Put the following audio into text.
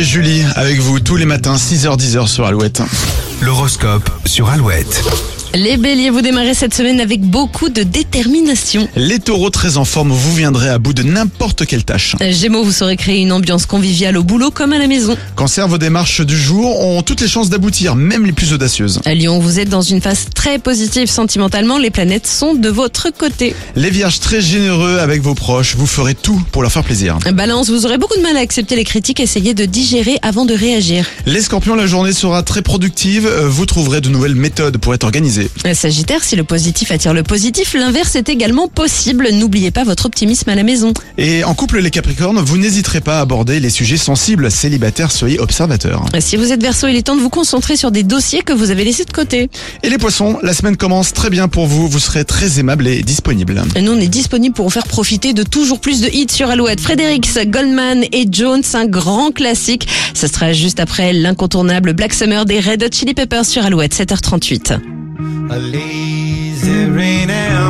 Julie avec vous tous les matins 6h-10h sur Alouette. L'horoscope sur Alouette. Les béliers, vous démarrez cette semaine avec beaucoup de détermination. Les taureaux très en forme, vous viendrez à bout de n'importe quelle tâche. Gémeaux, vous saurez créer une ambiance conviviale au boulot comme à la maison. Cancer, vos démarches du jour ont toutes les chances d'aboutir, même les plus audacieuses. À Lyon, vous êtes dans une phase très positive sentimentalement, les planètes sont de votre côté. Les vierges très généreux avec vos proches, vous ferez tout pour leur faire plaisir. Balance, vous aurez beaucoup de mal à accepter les critiques, essayez de digérer avant de réagir. Les scorpions, la journée sera très productive, euh, vous trouverez de nouvelles méthodes pour être organisé. Sagittaire, si le positif attire le positif, l'inverse est également possible. N'oubliez pas votre optimisme à la maison. Et en couple, les capricornes, vous n'hésiterez pas à aborder les sujets sensibles. Célibataires, soyez observateurs. Si vous êtes verso, il est temps de vous concentrer sur des dossiers que vous avez laissés de côté. Et les poissons, la semaine commence très bien pour vous, vous serez très aimable et disponible. Nous, on est disponible pour vous faire profiter de toujours plus de hits sur Alouette. Fredericks, Goldman et Jones, un grand classique. Ça sera juste après l'incontournable Black Summer des Red Hot Chili Peppers sur Alouette, 7h38. A lazy rain out.